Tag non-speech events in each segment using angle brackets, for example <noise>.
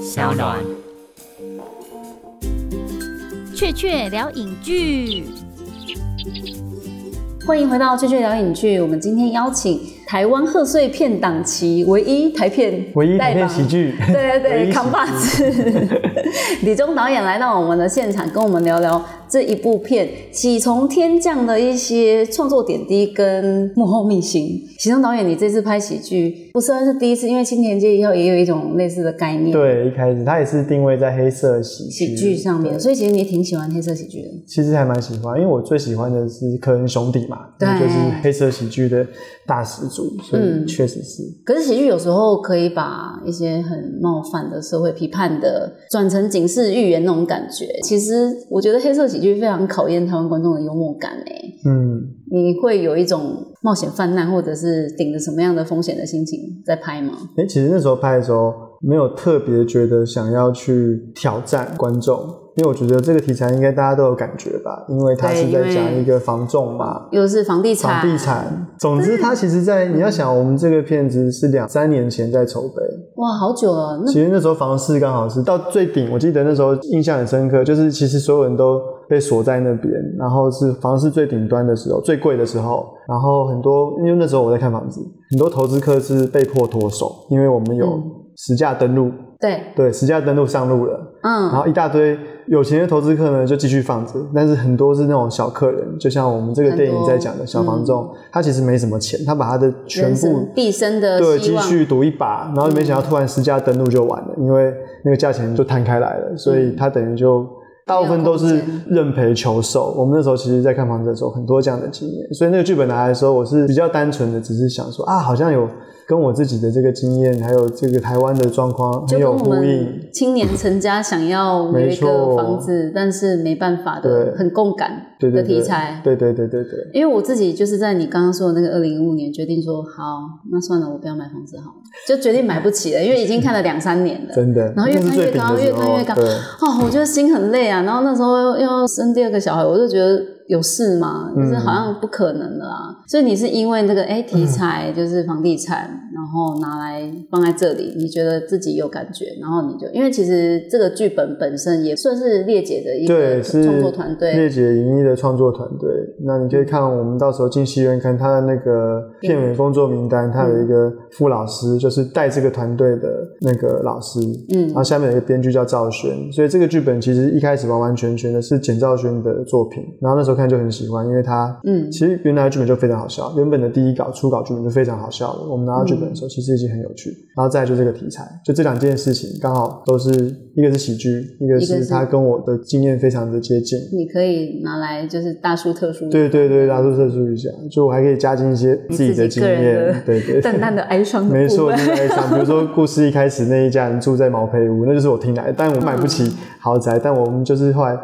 小暖。雀雀聊影剧，欢迎回到《雀雀聊影剧》，我们今天邀请台湾贺岁片档期唯一台片唯一代台表片喜剧，对对唯一对，喜扛把剧子。李忠导演来到我们的现场，跟我们聊聊这一部片《喜从天降》的一些创作点滴跟幕后秘辛。喜从导演，你这次拍喜剧不算是第一次，因为青田街以后也有一种类似的概念，，对，一开始它也是定位在黑色喜喜剧上面，对所以其实你也挺喜欢黑色喜剧的。其实还蛮喜欢，因为我最喜欢的是科恩兄弟嘛，对那就是黑色喜剧的大始祖，所以嗯确实是。可是喜剧有时候可以把一些很冒犯的社会批判的转成警示预言那种感觉。其实我觉得黑色喜剧非常考验台湾观众的幽默感诶、嗯，你会有一种冒险泛滥，或者是顶着什么样的风险的心情在拍吗？哎、其实那时候拍的时候，没有特别觉得想要去挑战观众。因为我觉得这个题材应该大家都有感觉吧，因为它对是因在为讲一个房仲嘛，又是房地产，房地产。总之，它其实在，你要想，我们这个片子是两三年前在筹备，哇，好久了，那其实那时候房市刚好是到最顶，我记得那时候印象很深刻，就是其实所有人都被锁在那边，然后是房市最顶端的时候，最贵的时候，然后很多因为那时候我在看房子，很多投资客是被迫脱手，因为我们有嗯实价登录，对，对，实价登录上路了。然嗯，后一大堆有钱的投资客呢就继续放着，但是很多是那种小客人，就像我们这个电影在讲的小房仲，他其实没什么钱，他把他的全人部生毕生的对希积望，蓄赌一把，然后没想到突然私家登录就完了，因为那个价钱就摊开来了，所以他等于就大部分都没是有嗯空间认赔求售。我们那时候其实，在看房子的时候，很多这样的经验，所以那个剧本拿来的时候，我是比较单纯的，只是想说啊，好像有跟我自己的这个经验，还有这个台湾的状况就跟很有我呼应。们青年成家想要有一没个错房子，但是没办法的对，很共感对的对对，题材。对对对对对，因为我自己就是在你刚刚说的那个二零一五年决定说好，那算了，我不要买房子好了，就决定买不起了，因为已经看了两三年了。真的。然后越那是看最越顶高，的越时候看越高。对哦，我觉得心很累啊。然后那时候又要生第二个小孩，我就觉得有事吗？嗯就是好像不可能的啊。所以你是因为这个哎题材就是房地产，然后拿来放在这里，你觉得自己有感觉，然后你就因为其实这个剧本本身也算是列姐的一个对，是创作团列队，姐影艺的创作团队。那你可以看我们到时候进戏院看他的那个片尾工作名单，他有一嗯个副老师，就是带这个团队的那个老师。嗯然后下面有一个编剧叫赵轩，所以这个剧本其实一开始完完全全的是简兆轩的作品。然后那时候看就很喜欢，因为他嗯其实原来的剧本就非常好笑，原本的第一稿、初稿剧本就非常好笑了。我们拿到剧本的嗯时候，其实已经很有趣。然后再来就这个题材，就这两件事情刚好都是一个是喜剧，一个一个是是嗯它跟我的经验非常的接近。你可以拿来就是大书特书，对对对，大多特殊一下，就我还可以加进一些自己的经你自己个人验的，<laughs> 对 <laughs> 对淡淡的哀伤的没部错，分就。是在上，比如说故事一开始那一家人住在毛坯屋，那就是我听来的，但我买不嗯起豪宅，但我们就是后来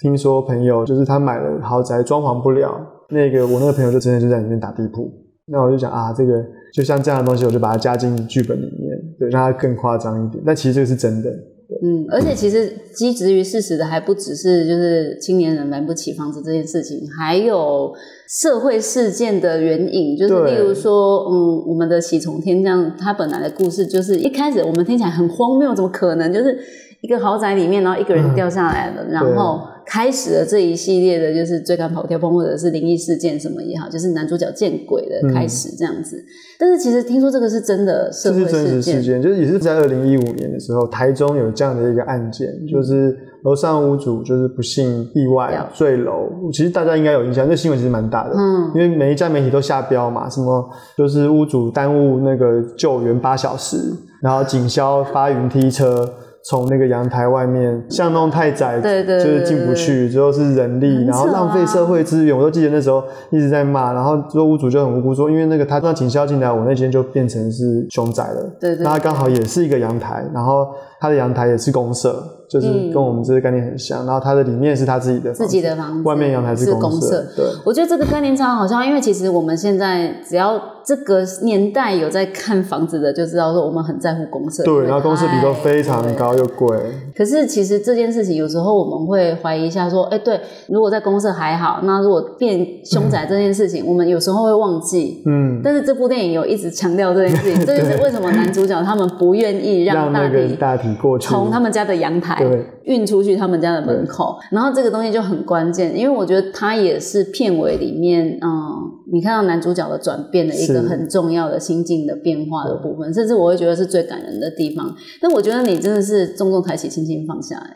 听说朋友就是他买了豪宅，装潢不了，那个我那个朋友就真的就在里面打地铺，那我就想啊，这个就像这样的东西，我就把它加进剧本里面，对，让它更夸张一点，但其实这个是真的， <laughs> 嗯，而且其实基植于事实的还不只是就是青年人买不起房子这件事情，还有社会事件的援引，就是对例如说，嗯，我们的喜从天降，它本来的故事就是一开始我们听起来很荒谬，怎么可能？就是一个豪宅里面，然后一个人掉下来了，然后开始了这一系列的就是追赶跑跳碰或者是灵异事件什么也好，就是男主角见鬼的开始这样子。但是其实听说这个是真的社嗯这会是真实事件，事件，就是也是在二零一五年的时候，台中有这样的一个案件，就是楼上屋主就是不幸意外了坠楼，其实大家应该有印象，这新闻其实蛮大的，嗯因为每一家媒体都下标嘛，什么就是屋主耽误那个救援八小时，然后警消发云梯车。从那个阳台外面巷弄太窄，对对对就是进不去。之后是人力，很然后扯浪费啊社会资源。我都记得那时候一直在骂，然后之后屋主就很无辜说，因为那个他让警消进来，我那间就变成是凶宅了。对对那它刚好也是一个阳台，然后它的阳台也是公社，就是跟我们这个概念很像。然后它的里面是它自己的嗯自房己子的房子，外面阳台是公公社。对，我觉得这个概念超好笑，因为其实我们现在只要这个年代有在看房子的，就知道说我们很在乎公设比，对，然后公司比都非常高又贵，可是其实这件事情有时候我们会怀疑一下，说，哎，对，如果在公社还好，那如果变凶宅这件事情，我们有时候会忘记。嗯，但是这部电影有一直强调这件事情，这就是为什么男主角他们不愿意让让大那个体大体过去，从他们家的阳台对运出去他们家的门口，然后这个东西就很关键，因为我觉得它也是片尾里面，嗯，你看到男主角的转变的一个是很重要的心境的变化的部分，甚至我会觉得是最感人的地方。但我觉得你真的是重重抬起，轻轻放下、哎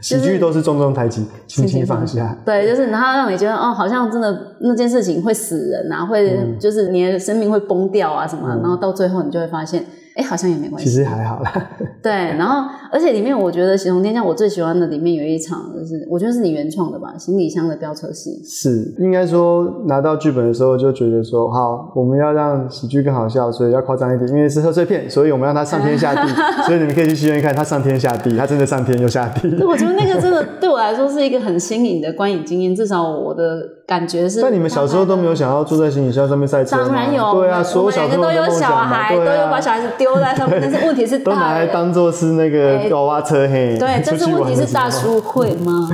喜剧都是重重抬起，轻轻放下，对，就是它让你觉得哦，好像真的那件事情会死人啊，会、嗯就是你的生命会崩掉啊什么的，嗯然后到最后你就会发现，哎，好像也没关其系。实还 <laughs> 好啦，对，然后而且里面我觉得《喜从天下》我最喜欢的里面有一场，就是我觉得是你原创的吧，《行李箱的飙车戏》。 <laughs> 是应该说拿到剧本的时候就觉得说，好，我们要让喜剧更好笑，所以要夸张一点，因为是贺岁片，所以我们让它上天 <laughs> 下地，所以你们可以去戏院看，它上天下地，它真的上天又下地。对，我觉得那个真的对我来说是一个很新颖的观影经验，至少我的感觉是。但你们小时候都没有想要坐在行李箱上面赛车吗？当然有，对我啊，们所有小每朋个友都有梦想小嘛，孩，对都有啊把，小孩子丢在上面，但是问题是 <laughs> 都拿大来人。当做是那个哎娃娃车嘿。 <laughs> 对，但出是去问题玩的是时候大叔会 <laughs> 吗？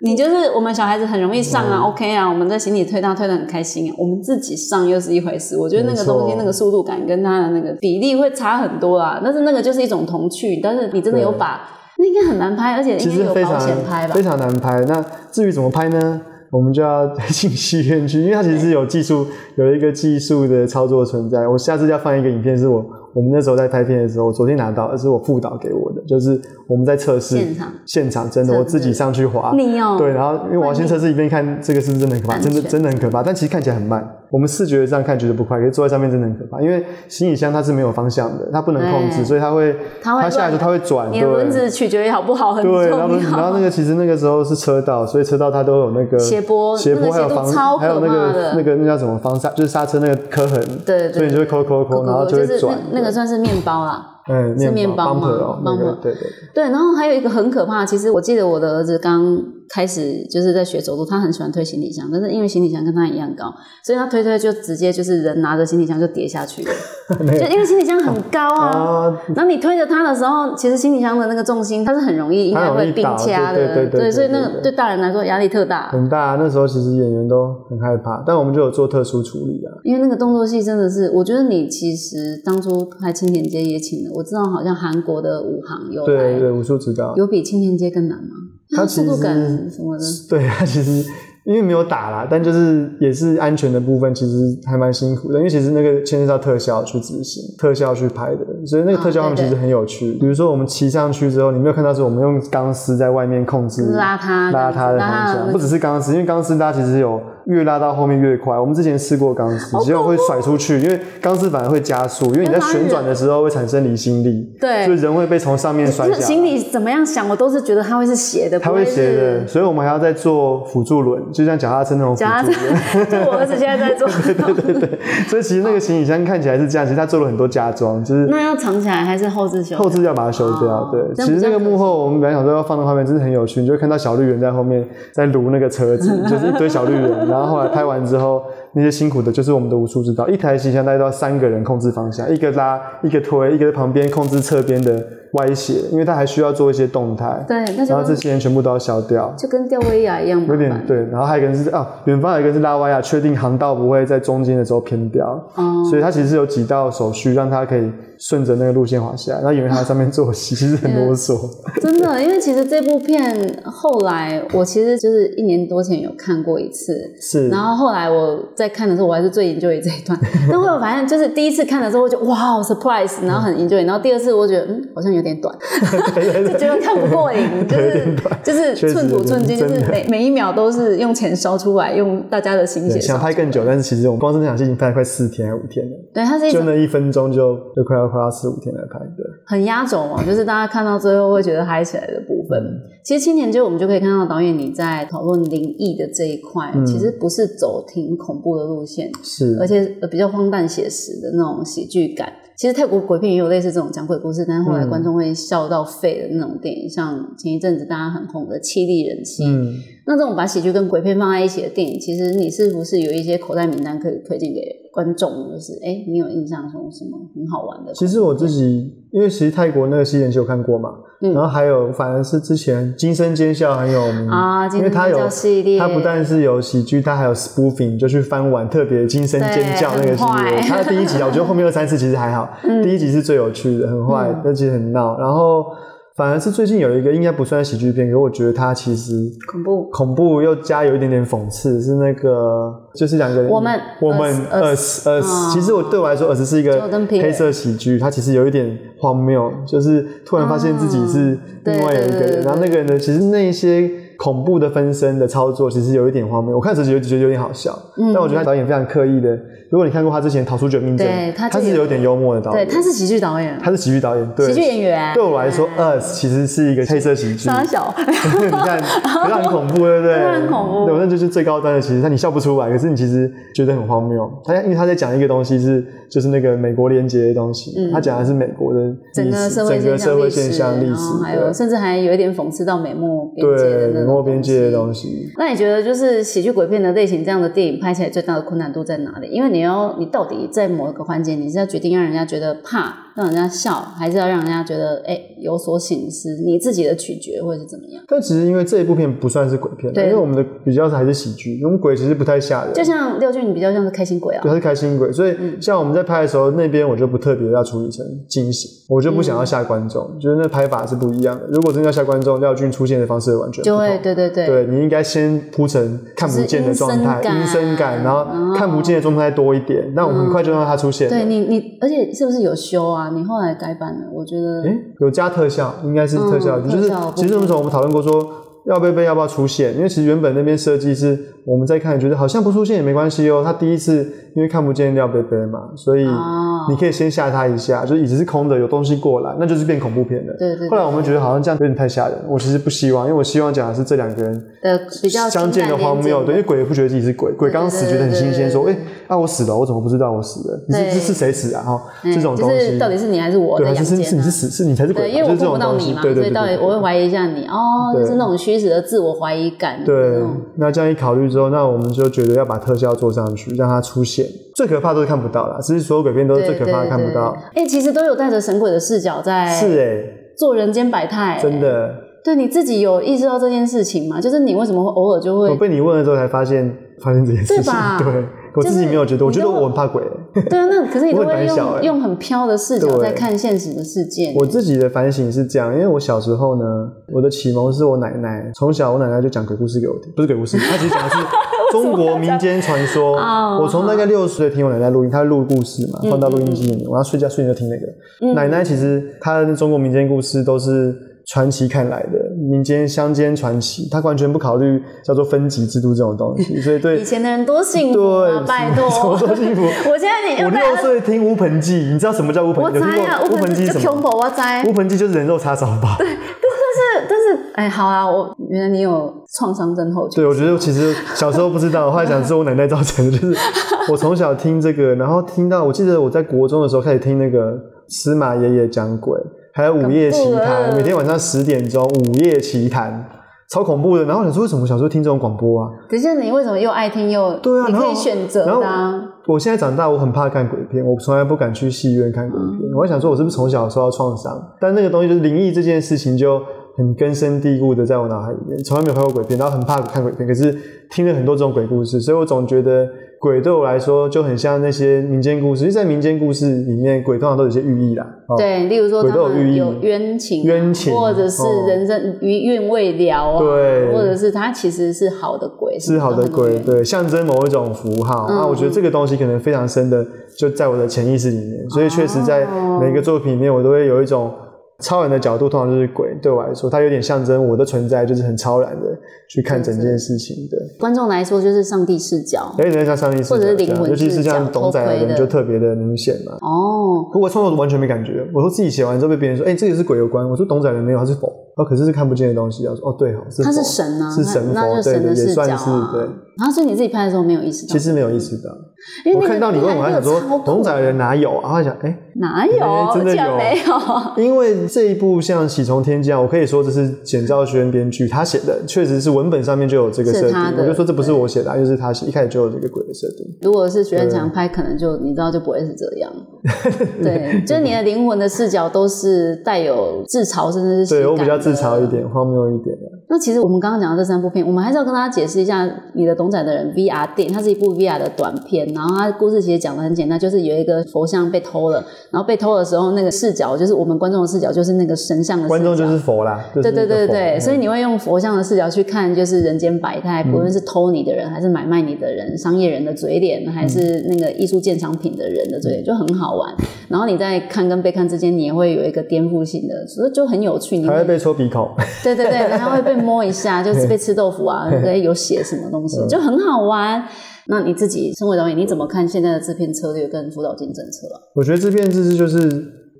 你就是我们小孩子很容易上啊、o k 啊，我们在行李推他推的很开心啊，我们自己上又是一回事。我觉得那个东没西错那个速度感跟他的那个比例会差很多啊，但是那个就是一种童趣，但是你真的有对把那应该很难拍，而且其应该实有非保常险拍吧非？常难拍。那至于怎么拍呢？ <laughs> 我们就要进戏院去，因为它其实是有技术，有一个技术的操作存在。我下次要放一个影片，是我我们那时候在拍片的时候，我昨天拿到，是我副导给我的，就是我们在测试现场现场真的我测试自己上去滑，你哦，对，然后因为我要先测试一遍，看这个是不是真的很可怕，安真的全真的很可怕。但其实看起来很慢，我们视觉上看觉得不快，可是坐在上面真的很可怕。因为行李箱它是没有方向的，它不能控制，对所以它会它会下来的时候它会转，你的对轮子取决于好不好，很重对，然后然后那要。个其实那个时候是车道，所以车道它都有那个斜坡斜那坡个还有斜度防超还有可那怕个的那个那叫什么防刹，就是刹车那个磕痕， <laughs> 对对所以你就会抠抠抠，然后就会是转那，那个算是面包啦。嗯是面面包邦吗哦，那个 bumper 对对对，然后还有一个很可怕，其实我记得我的儿子刚开始就是在学走路，他很喜欢推行李箱，但是因为行李箱跟他一样高，所以他推推就直接就是人拿着行李箱就跌下去了， <laughs> 没就有哦因为行李箱很高啊。啊，然后你推着它的时候，其实行李箱的那个重心，它是很容易应它该容易会并倒掐对的，对对对对所以那对嗯个对对大人来说压力特大，很大。啊那时候其实演员都很害怕，但我们就有做特殊处理啊。因为那个动作戏真的是，我觉得你其实当初拍《青田街》也请了，我知道好像韩国的武行有对来，对，武术指导，有比《青田街》更难吗？它其速实度感什么的。对他其实因为没有打啦，但就是也是安全的部分，其实还蛮辛苦的，因为其实那个牵涉到特效去执行，特效去拍的，所以那个啊特效他们对其对实很有趣。比如说我们骑上去之后，你没有看到是我们用钢丝在外面控制拉它拉它这的样子方拉它向，的不只是钢丝，因为钢丝拉其实有越拉到后面越快。我们之前试过钢哦丝，结果会甩出去，因为钢丝反而会加速，因为你在跟它旋转人的时候会产生离心力，对所以人会被从上面摔就下是来。行李怎么样想，我都是觉得它会是斜的，它不会会斜的，是所以我们还要再做辅助轮，就像脚踏车那种辅脚踏助车轮。。 <laughs> 就我儿子现在在 <laughs> 做，所以其实那个行李箱看起来是这样，其实它做了很多加装，就是那要藏起来还是后置修？后置要把它修掉。哦对，这其样比实那较可个幕后我们本来想说要放的画面，真是很有趣，你就会看到小绿人在后面在撸那个 <laughs> 车子，就是一堆小绿人。然后后来拍完之后，那些辛苦的就是我们的武术指导，一台行李箱大概都要三个人控制方向，一个拉，一个推，一个在旁边控制侧边的歪斜，因为它还需要做一些动态。对，那然就后这跟些人全部都要消掉。就跟吊威亚一样麻烦，有点对，然后还有一个人是啊，远方有一个是拉歪啊，确定航道不会在中间的时候偏掉，哦所以它其实是有几道手续让它可以顺着那个路线滑下来，那演员还在上面做戏，其实很啰嗦。真的，因为其实这部片后来我其实就是一年多前有看过一次，是，然后后来我在看的时候，我还是最 enjoy 这一段。 <laughs> 但后来我发现，就是第一次看的时候，我就哇哦 surprise，然后很 enjoy。然后第二次我觉得，嗯，好像有点短， <laughs> 就觉得看不过 <laughs> 瘾，就有点是短就是确实寸土寸金，有就点是真的每每一秒都是用钱烧出来，用大家的心血对，烧想出来。拍更久，但是其实我们光是那场戏已经拍了快四天还五天了，对，它是一就种那一分钟就就快要快要四五天来拍的。嗯很压轴哦，就是大家看到最后会觉得嗨起来的部分。其实《青田就我们就可以看到导演你在讨论灵异的这一块，嗯其实不是走挺恐怖的路线，是，而且呃比较荒诞写实的那种喜剧感。其实泰国鬼片也有类似这种讲鬼故事，但是后来嗯观众会笑到废的那种电影，像前一阵子大家很红的《七力人妻》，嗯，那这种把喜剧跟鬼片放在一起的电影，其实你是不是有一些口袋名单可以推荐给观众？就是哎、诶你有印象中什么很好玩的？其实我自己，因为其实泰国那个西人秀看过嘛，嗯然后还有反而是之前《惊声尖笑》很有名啊惊因为声它尖有叫系列它不但是有喜剧，它还有 spoofing，就去翻玩特别《惊声尖叫》那对个系很列。坏它的第一集啊，我觉得后面二三次其实还 <laughs> 好，第一集是最有趣的，很坏嗯，而且很闹。然后反而是最近有一个应该不算喜剧片，可是我觉得它其实恐怖恐怖又加有一点点讽刺，是那个就是两个人，我们我们 us- us us，嗯其实我对我来说 us 是一个 Jordan Peele 黑色喜剧，它其实有一点荒谬，就是突然发现自己是另外有一个啊对对对对人，然后那个人呢，其实那一些恐怖的分身的操作其实有一点荒谬，我看的时候觉得觉得有点好笑，嗯但我觉得他导演非常刻意的，如果你看过他之前《逃出绝命镇对》，他他这是个有点幽默的导对，演，他是喜剧导演，他是喜剧导演，对喜剧演员，对我来说，us 其实是一个黑色喜剧，傻小，你看，可是很恐怖，对不对？真的很恐怖对，那就是最高端的，其实，但你笑不出来，可是你其实觉得很荒谬。他因为他在讲一个东西是，就是那个美国连接的东西，嗯他讲的是美国的历史整个社会整个现社象会历现史，象历然史后，还有甚至还有一点讽刺到美墨边界的对那美种墨边界的东西。西。那你觉得就是喜剧鬼片的类型，这样的电影拍起来最大的困难度在哪里？因为你要你到底在某一个环节，你是要决定让人家觉得怕，让人家笑，还是要让人家觉得哎、有所醒思，你自己的取决或者是怎么样？但其实因为这一部片不算是鬼片，对因为我们的比较还是喜剧，我们鬼其实不太吓人，就像廖俊，你比较像是开心鬼啊对，，他是开心鬼，所以嗯像我们在拍的时候，那边我就不特别要处理成惊喜，我就不嗯想要吓观众，就是那拍法是不一样的。如果真的要吓观众，廖俊出现的方式完全不就同。会对对对对你应该先铺成看不见的状态，就是阴森感阴森感，然后哦看不见的状态多一点，那我很快就让它出现了。对你你，而且是不是有修啊？你后来改版了，我觉得诶有加特效，应该是特效，嗯就是特效部分其实那时候我们讨论过说。要贝贝要不要出现？因为其实原本那边设计是我们在看，觉得好像不出现也没关系哦。他第一次因为看不见廖贝贝嘛，所以哦你可以先吓他一下，就是椅子是空的，有东西过来，那就是变恐怖片了。对对对后来我们觉得好像这样有点太吓人，我其实不希望，因为我希望讲的是这两个人的比较相见的情感荒连接谬，对，因为鬼也不觉得自己是鬼，鬼刚死对对觉得很新鲜，对对说对哎啊我死了，我怎么不知道我死了？你是对是是谁死啊？哈，嗯这种东就西是到底是你还是我对在啊，阳是是间、是你是死是你才是鬼对，嘛，因为我就是这碰不种到东你西，嘛，对所对以到底对，我会怀疑一下你哦，对就是那种虚实的自我怀疑感。对那种，那这样一考虑之后，那我们就觉得要把特效做上去，让它出现。最可怕都是看不到啦，其实所有鬼片都是最可怕的看不到。。哎、诶其实都有带着神鬼的视角在是哎，做人间百态、欸真。的，对你自己有意识到这件事情吗？就是你为什么会偶尔就我会被你问了之后才发现 <laughs> 发现这件事对情吧， <laughs> 对我自就是己没有觉得，我觉得你都我很怕鬼。对啊？那可是你都我很胆会用小诶欸用很飘的视角对在看现实的世界。我自己的反省是这样，因为我小时候呢，我的启蒙是我奶奶，从小我奶奶就讲鬼故事给我听，不是鬼故事， <laughs> 她其实讲的是中国民间传说。哦嗯我从大概六岁听我奶奶录音，她录故事嘛，放到录音机里面，我要睡觉睡前就听那个。奶奶其实她的中国民间故事都是传奇看来的，民间乡间传奇，她完全不考虑叫做分级制度这种东西，所以对以前的人多幸福啊！对，拜什么托，都幸福。 <laughs> 我现在你我六岁听乌盆记，你知道什么叫乌盆我记？有听摘啊，过乌盆记是就什么穷？婆我摘。乌盆记就是人肉叉烧包。但是但是，哎，好啊，我原来你有创伤症候群。对，我觉得其实小时候不知道，后来想是我奶奶造成的，就是 <laughs> 我从小听这个，然后听到我记得我在国中的时候开始听那个司马爷爷讲鬼，还有午夜奇恐怖谈，了每天晚上十点钟午夜奇谈。超恐怖的，然后我想说，为什么小时候听这种广播啊？等一下，你为什么又爱听又对啊你可然后以选择然后的、啊。我现在长大，我很怕看鬼片，我从来不敢去戏院看鬼片。嗯我还想说，我是不是从小受到创伤？但那个东西就是灵异这件事情，就很根深蒂固的在我脑海里面，从来没有看过鬼片，然后很怕看鬼片。可是听了很多这种鬼故事，所以我总觉得鬼对我来说就很像那些民间故事，因为在民间故事里面，鬼通常都有一些寓意啦。哦，对，例如说鬼他都有寓们意有冤情啊、冤情或者是哦人生余韵未了啊，对或者是他其实是好的鬼，是好什的么都鬼，很有对，象征某一种符号。嗯那、我觉得这个东西可能非常深的就在我的潜意识里面，所以确实在哦每个作品里面，我都会有一种超然的角度，通常就是鬼对我来说，它有点象征我的存在，就是很超然的去看整件事情的。观众来说就是上帝视角。有点像上帝视角哦或者是这样灵魂尤其是视角像董仔的啊偷窥人的就特别的明显嘛。哦，不过创作完全没感觉，我说自己写完之后被别人说，哎、这个是鬼有关，我说董仔人没有，他是否？哦，可是是看不见的东西啊。哦，对哦，他是佛神啊，是神那那佛，就是对神对，的也视角算是啊。对。然后所以你自己拍的时候没有意识到，其实没有意啊识到，因为我那个看到你问我，还想那个超说酷董仔的人哪有啊？我想，哎、哪有，哎真的竟然有没有。因为这一部像《喜从天降》，我可以说这是简兆轩编剧他写的，确实是文本上面就有这个是设他定。的我就说这不是我写的啊，就是他写，一开始就有这个鬼的设定。如果是许愿墙拍，可能就你知道就不会是这 <laughs> 样。对，就是你的灵魂的视角都是带有自嘲，甚至是喜对感我比较自嘲一的。点，荒谬一点的。那其实我们刚刚讲到这三部片，我们还是要跟大家解释一下《你的懂仔的人》VR 电影，它是一部 VR 的短片。然后它的故事其实讲的很简单，就是有一个佛像被偷了，然后被偷的时候，那个视角就是我们观众的视角，就是那个神像的视角。观众就是佛啦，就是对一个对对佛对，嗯所以你会用佛像的视角去看，就是人间百态，不论是偷你的人，还是买卖你的人，商业人的嘴脸，还是那个艺术鉴赏品的人的嗯嘴脸，就很好玩。然后你在看跟被看之间，你也会有一个颠覆性的，所以就很有趣。你还会会被戳鼻孔。 <laughs> 对对对，然后会被摸一 <laughs> 下，就是被吃豆腐啊，可嗯以有写什么东西，就很好玩。那你自己身为导演，你怎么看现在的制片策略跟辅导金政策啊？我觉得这片自制就是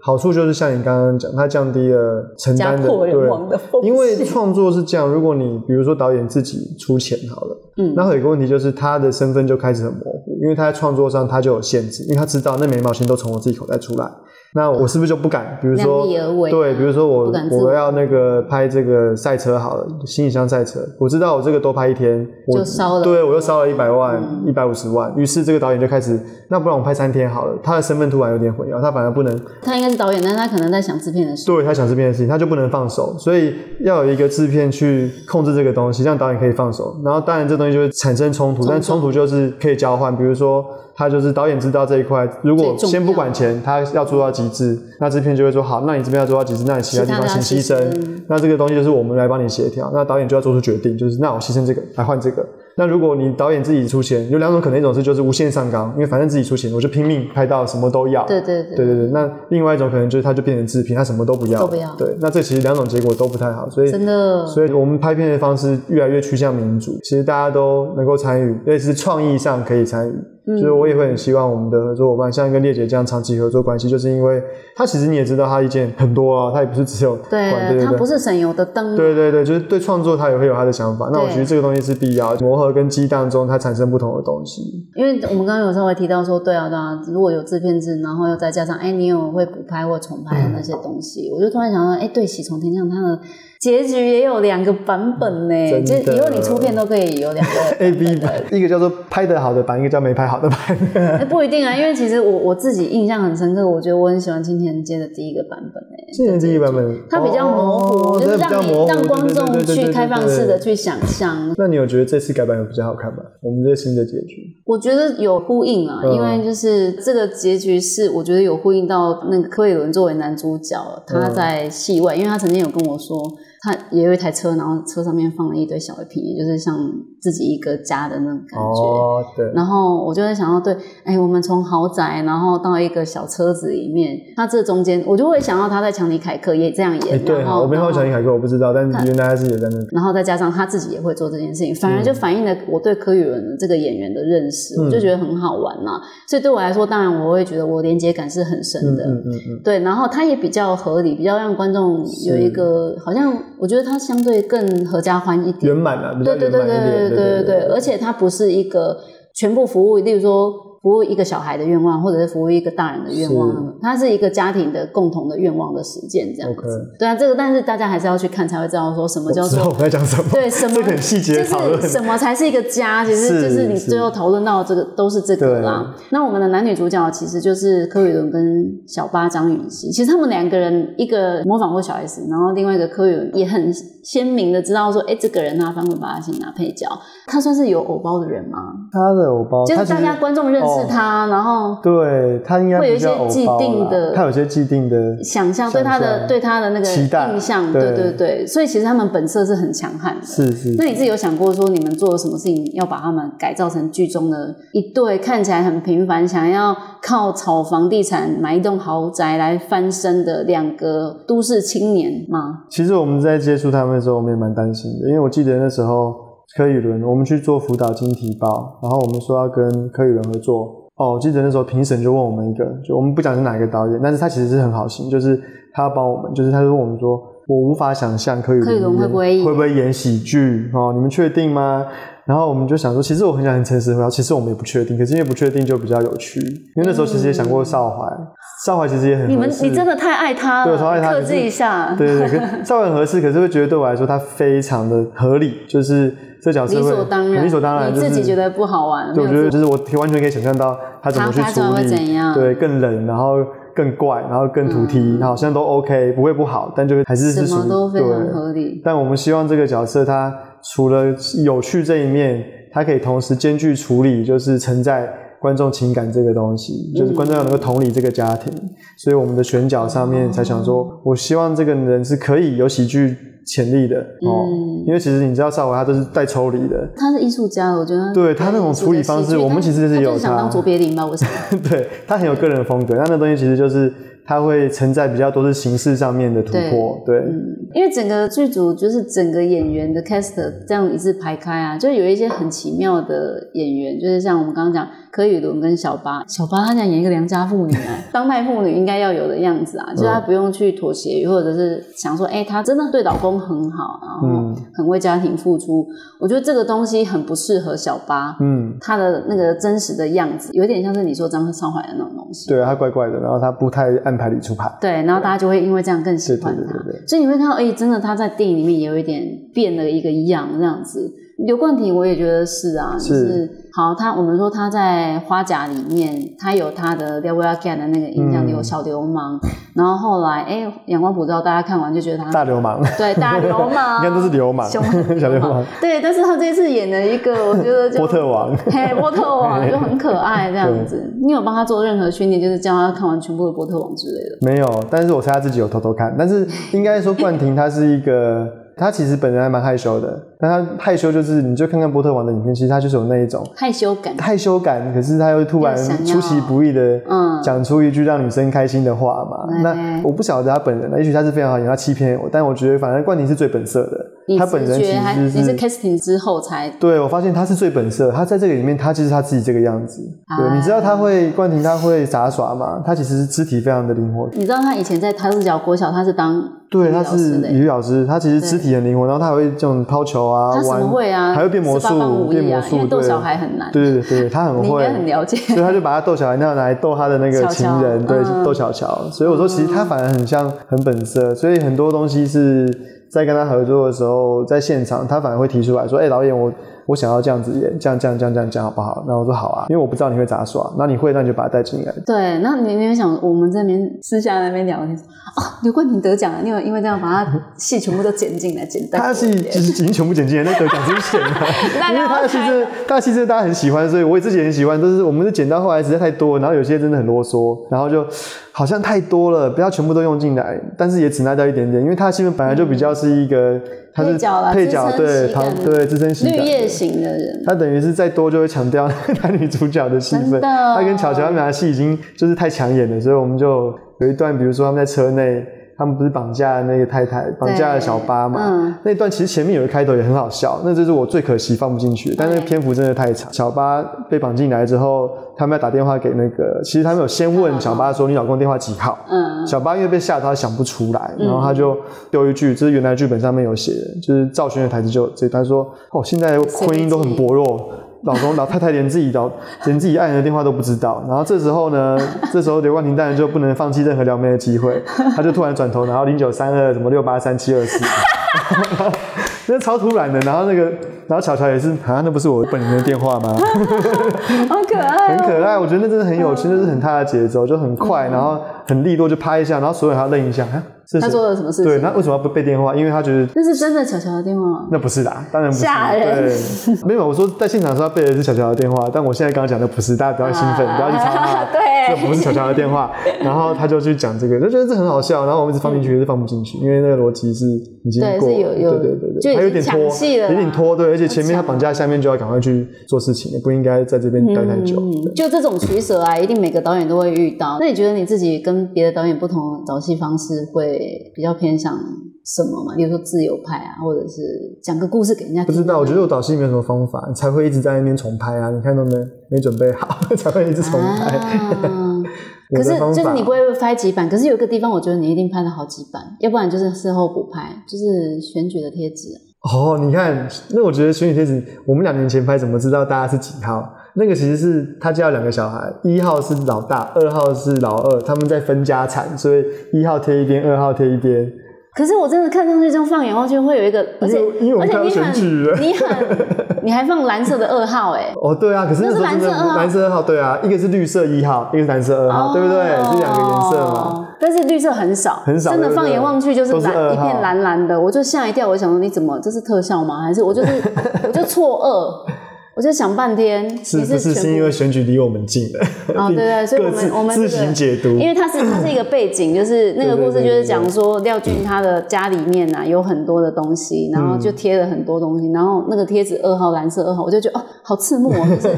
好处，就是像你刚刚讲，它降低了承家担的破人对亡的风险，因为 <laughs> 创作是这样，如果你比如说导演自己出钱好了，嗯那会有一个问题就是他的身份就开始很模糊，因为他在创作上他就有限制，因为他知道那每一毛钱都从我自己口袋出来，那我是不是就不敢？比如 <laughs> 量说力而为啊对，比如说不我敢自我我要那个拍这个赛车好了，行李箱赛车，我知道我这个多拍一天，我就烧了对我又烧了一百万嗯、一百五十万，于是这个导演就开始，那不然我拍三天好了，他的身份突然有点混淆，他反而不能他应该是导演，但是他可能在想制片的事。对他想制片的事情，他就不能放手，所以要有一个制片去控制这个东西，让导演可以放手。然后当然这东西就会产生冲突，但冲突就是可以交换，比如说。他就是导演知道这一块，如果最重要先不管钱，他要做到极致，那制片就会说好，那你这边要做到极致，那你其他地方请牺其他嗯牲的要牺牲。那这个东西就是我们来帮你协调，那导演就要做出决定，就是那我牺牲这个来换这个。那如果你导演自己出钱，有两种可能，一种是就是无限上纲，因为反正自己出钱，我就拼命拍到什么都要。对对对对对对，那另外一种可能就是他就变成制品，他什么都不要了，都不要对，那这其实两种结果都不太好，所以真的所以我们拍片的方式越来越趋向民主，其实大家都能够参与，尤其是创意上可以参与。嗯就是我也会很希望我们的合作伙伴，像跟烈姐这样长期合作关系，就是因为他其实你也知道，他意见很多啊，他也不是只有管对，对他对不是省油的灯啊。对对对，就是对创作他也会有他的想法。那我对觉得这个东西是必要磨合跟激荡中，它产生不同的东西。因为我们刚刚有稍微提到说，对啊，对啊，如果有制片制，然后又再加上，哎，你有会补拍或重嗯拍的那些东西，我就突然想到，哎，对，《喜从天降》它的结局也有两个版本呢，嗯真就的以后你出片都可以有两个 <laughs> <laughs> A B 版，一个叫做拍的好的版，一个叫没拍好的版。哎不一定啊，因为其实我我自己印象很深刻，我觉得我很喜欢青田街的第一个版本诶，今年第一版本它比较模糊，哦就是对比较让模你糊让观众对对对对去对开放式的对去想象。那你有觉得这次改版有比较好看吗？我们这个新的结局，我觉得有呼应啊，嗯因为就是这个结局是我觉得有呼应到那个柯伟伦作为男主角，嗯他在戏外，因为他曾经有跟我说，他也有一台车，然后车上面放了一堆小瓶，也就是像自己一个家的那种感觉。哦，对，然后我就会想到，对，哎，我们从豪宅，然后到一个小车子里面，他这中间，我就会想到他在强尼凯克也这样哎演，对然哈，后我没看过然后《强尼凯克》，我不知道，但看原来他是有在那里。然后再加上他自己也会做这件事情，反而就反映了我对柯宇伦这个演员的认识，嗯我就觉得很好玩啦。所以对我来说，当然我会觉得我连接感是很深嗯的。嗯嗯嗯，对，然后他也比较合理，比较让观众有一个好像，我觉得他相对更合家欢一点圆。满了，比较对对圆对满一对对点。对对对，而且他不是一个全部服务，例如说。服务一个小孩的愿望，或者是服务一个大人的愿望，它是一个家庭的共同的愿望的实践，这样子。 OK 对啊，这个但是大家还是要去看才会知道说什么我叫知做道我们在讲什么，对，什么这个很细节就的讨论是。什么才是一个家？其实是就是你是最后讨论到这个都是这个啦。那我们的男女主角其实就是柯宇伦跟小八张雨绮，其实他们两个人一个模仿过小 S，然后另外一个柯宇伦也很鲜明的知道说，哎，这个人啊，翻滚吧阿信啊，配角，他算是有偶包的人吗？他的偶包，就是哦他其大实家观众认识哦他，然后对他应该会有一不叫些偶既包定啦的他有些既定的想象对他的象对他的那个期待印象，对对对对，所以其实他们本色是很强悍的。是是那你自己有想过说，你们做了什么事情要把他们改造成剧中的一对看起来很平凡、想要靠炒房地产买一栋豪宅来翻身的两个都市青年吗？其实我们在接触他们的时候，我们也蛮担心的，因为我记得那时候柯宇伦，我们去做辅导金提报，然后我们说要跟柯宇伦合作。哦，我记得那时候评审就问我们一个，就我们不讲是哪一个导演，但是他其实是很好心，就是他要帮我们，就是他就问我们说，我无法想象柯宇柯宇伦演会不会演会不会演喜剧哦？你们确定吗？然后我们就想说，其实我很想很诚实地回答，其实我们也不确定，可是因为不确定就比较有趣。因为那时候其实也想过少怀，少怀其实也很你们合适你真的太爱他对了，我超爱他克可制是一下。 <laughs> 对对对，可稍微很合适，可是会觉得对我来说，它非常的合理，就是这角色理会所当然，理所当然，你就是自己觉得不好玩，对，我没觉有得自就是我完全可以想象到他怎么去他他处怎么会理，怎样对，更冷，然后更怪，然后更土梯，嗯然后好像都 OK，不会不好，但就会还是什是属么于都非常对。合理。但我们希望这个角色他除了有趣这一面，他可以同时兼具处理，就是承载观众情感这个东西，嗯就是观众要能够同理这个家庭。所以我们的选角上面才想说，我希望这个人是可以有喜剧潜力的哦。嗯因为其实你知道，邵伟他都是带抽离的， <laughs> 他是艺术家，我觉得对他那种处理方式我们其实是他。他有就是想他当卓别林吧，我想。对他很有个人风格，那那东西其实就是他会承载比较多是形式上面的突破，对，嗯因为整个剧组就是整个演员的 cast 这样一字排开啊，就有一些很奇妙的演员，就是像我们刚刚讲柯宇伦跟小八，小八她想演一个良家妇女 <laughs> 啊，当代妇女应该要有的样嗯子啊，就是她不用去妥协，或者是想说，哎、她真的对老公很好，然后嗯很为家庭付出，我觉得这个东西很不适合小八。嗯，她的那个真实的样子，有点像是你说张少怀的那种东西。对他怪怪的，然后他不太按牌理出牌，对，然后大家就会因为这样更喜欢对对他对对对。所以你会看到，哎、真的他在电影里面也有一点变了一个样这样子。刘冠廷我也觉得是啊，就是是好，他我们说他在《花甲》里面，他有他的《廖 e v e 的那个印象流、嗯小流氓，然后后来哎，阳光普照》大家看完就觉得他大流氓，对大流氓， <laughs> 应该都是流氓，啊凶狠 <laughs> 小流氓，对，但是他这次演了一个，我觉得就 <laughs> 波特王，嘿，波特王就很可爱这 <laughs> 样子。你有帮他做任何训练，就是叫他看完全部的波特王之类的。没有，但是我猜他自己有偷偷看，但是应该说冠廷他是一个。他其实本人还蛮害羞的，但他害羞就是，你就看看波特王的影片，其实他就是有那一种害羞感。害羞感，可是他又突然又想要出其不意的嗯讲出一句让女生开心的话嘛。对那我不晓得他本人，也许他是非常好演，他欺骗我，但我觉得反正冠廷是最本色的，你他本人直其觉还实你是 casting 之后才对，我发现他是最本色，他在这个里面，他就是他自己这个样子。对，啊你知道他会冠廷，他会杂耍嘛？他其实是肢体非常的灵活。你知道他以前在台视角国小他是当对，体育他老师是的体育老师，他其实肢体很灵活，然后他还会这种抛球啊，他什玩么会啊，还会变魔术18方武艺啊变魔术因为逗对小孩很难，对对对对，他很你应会，该很了解。 <laughs> 所以他就把他逗小孩那样拿来逗他的那个情人，巧巧对，嗯逗巧巧。所以我说，其实他反而很像很本色，所以很多东西是在跟他合作的时候，在现场他反而会提出来说：“哎、导演，我我想要这样子演，这样这样这样这样这样，好不好？”那我说：“好啊，因为我不知道你会咋耍，那你会，那你就把他带进来。对，那你你有想我们这边私下那边聊天哦，刘冠廷得奖了，你有因为这样把他戏全部都剪进来，剪”到 <laughs> 他的戏其实已经全部剪进来，那得奖之前了 <laughs> 那，因为他的戏真的，他的戏真的大家很喜欢，所以我也自己也很喜欢。但是我们是剪到后来实在太多了，然后有些真的很啰嗦，然后就好像太多了，不要全部都用进来，但是也只拿掉一点点，因为他的戏份本来就比较是一个，他是嗯配角啦配角，资深对，喜他感对自身喜绿感。叶型的人，他等于是再多就会强调 <laughs> 男女主角的戏份，真的他跟巧巧他们俩的戏已经就是太抢眼了，所以我们就有一段，比如说他们在车内，他们不是绑架那个太太，绑架了小八嘛，嗯那段其实前面有一个开头也很好笑，那就是我最可惜放不进去，但那个篇幅真的太长。小八被绑进来之后，他们要打电话给那个，其实他们有先问小八说你老公电话几号，嗯，小八因为被吓到，他想不出来，然后他就丢一句，这是原来剧本上面有写的，就是赵轩的台词就有这段，他说：“哦，现在婚姻都很薄弱，老公老太太连自己老连自己爱人的电话都不知道。”然后这时候呢，这时候刘冠廷当然就不能放弃任何撩妹的机会，他就突然转头，然后零九三二什么六八三七二四。那超突然的，然后那个，然后巧巧也是，啊，那不是我本人的电话吗？好可爱很哦。可爱，我觉得那真的很有趣，就是很他的节奏，就很快，然后很利落，就拍一下，然后所有人还要愣一下，啊，这嗯是他做了什么事对，情？那为什么要被电话？因为他觉得那是真的巧巧的电话吗？那不是啦，当然不是。吓人对，没有，我说在现场的时候他背的是小乔的电话，但我现在刚刚讲的不是，大家不要兴 <laughs> 奋，啊不要去查他，对这不是小乔的电话。然后他就去讲这个，就觉得这很好笑，然后我们一直放进去，一直放不进去，因为那个逻辑是已经对过了，是有有对对对就对，已还有点经拖，抢戏了啦有点拖，对，而且前面他很绑架，下面就要赶快去做事情，不应该在这边待太久。对嗯，就这种取舍啊，一定每个导演都会遇到。那你觉得你自己跟别的导演不同的导戏方式，会比较偏向什么吗？例如说自由派啊，或者是讲个故事给人家不听啊。知道，我觉得我导戏没有什么方 <laughs> 法，才会一直在那边重拍啊！你看到没？没准备好才会一直重拍。 <laughs> 啊，我可是的方法。就是你不会拍几版，可是有一个地方我觉得你一定拍了好几版，要不然就是事后补拍，就是选举的贴纸。哦，你看，那我觉得选举贴纸，我们两年前拍，怎么知道大家是几号？那个其实是他家有两个小孩，一号是老大，二号是老二，他们在分家产，所以一号贴一边，二号贴一边。可是我真的看上去，这样放眼望去会有一个，而且因为我而们且看到你选举了很你很你还放蓝色的二号哎、哦，对啊，可是那那时是候真蓝的色二号蓝色二号，对啊，一个是绿色一号，一个是蓝色二号，对不对？哦是两个颜色嘛。？但是绿色很少，很少真对的不对放眼望去就是都是蓝二一号片蓝蓝的，我就吓一跳，我想说你怎么这是特效吗？还是我就是 <laughs> 我就错愕，我就想半天，是你不是全部是因为选举离我们近了？哦对 <laughs> 对所以我们各自我们这自个行解读。因为它是它是一个背景，就是那个故事就是讲说廖军他的家里面呐、有很多的东西，然后嗯就贴了很多东西，然后那个贴纸二号蓝色二号，我就觉得哦好刺目哦，就是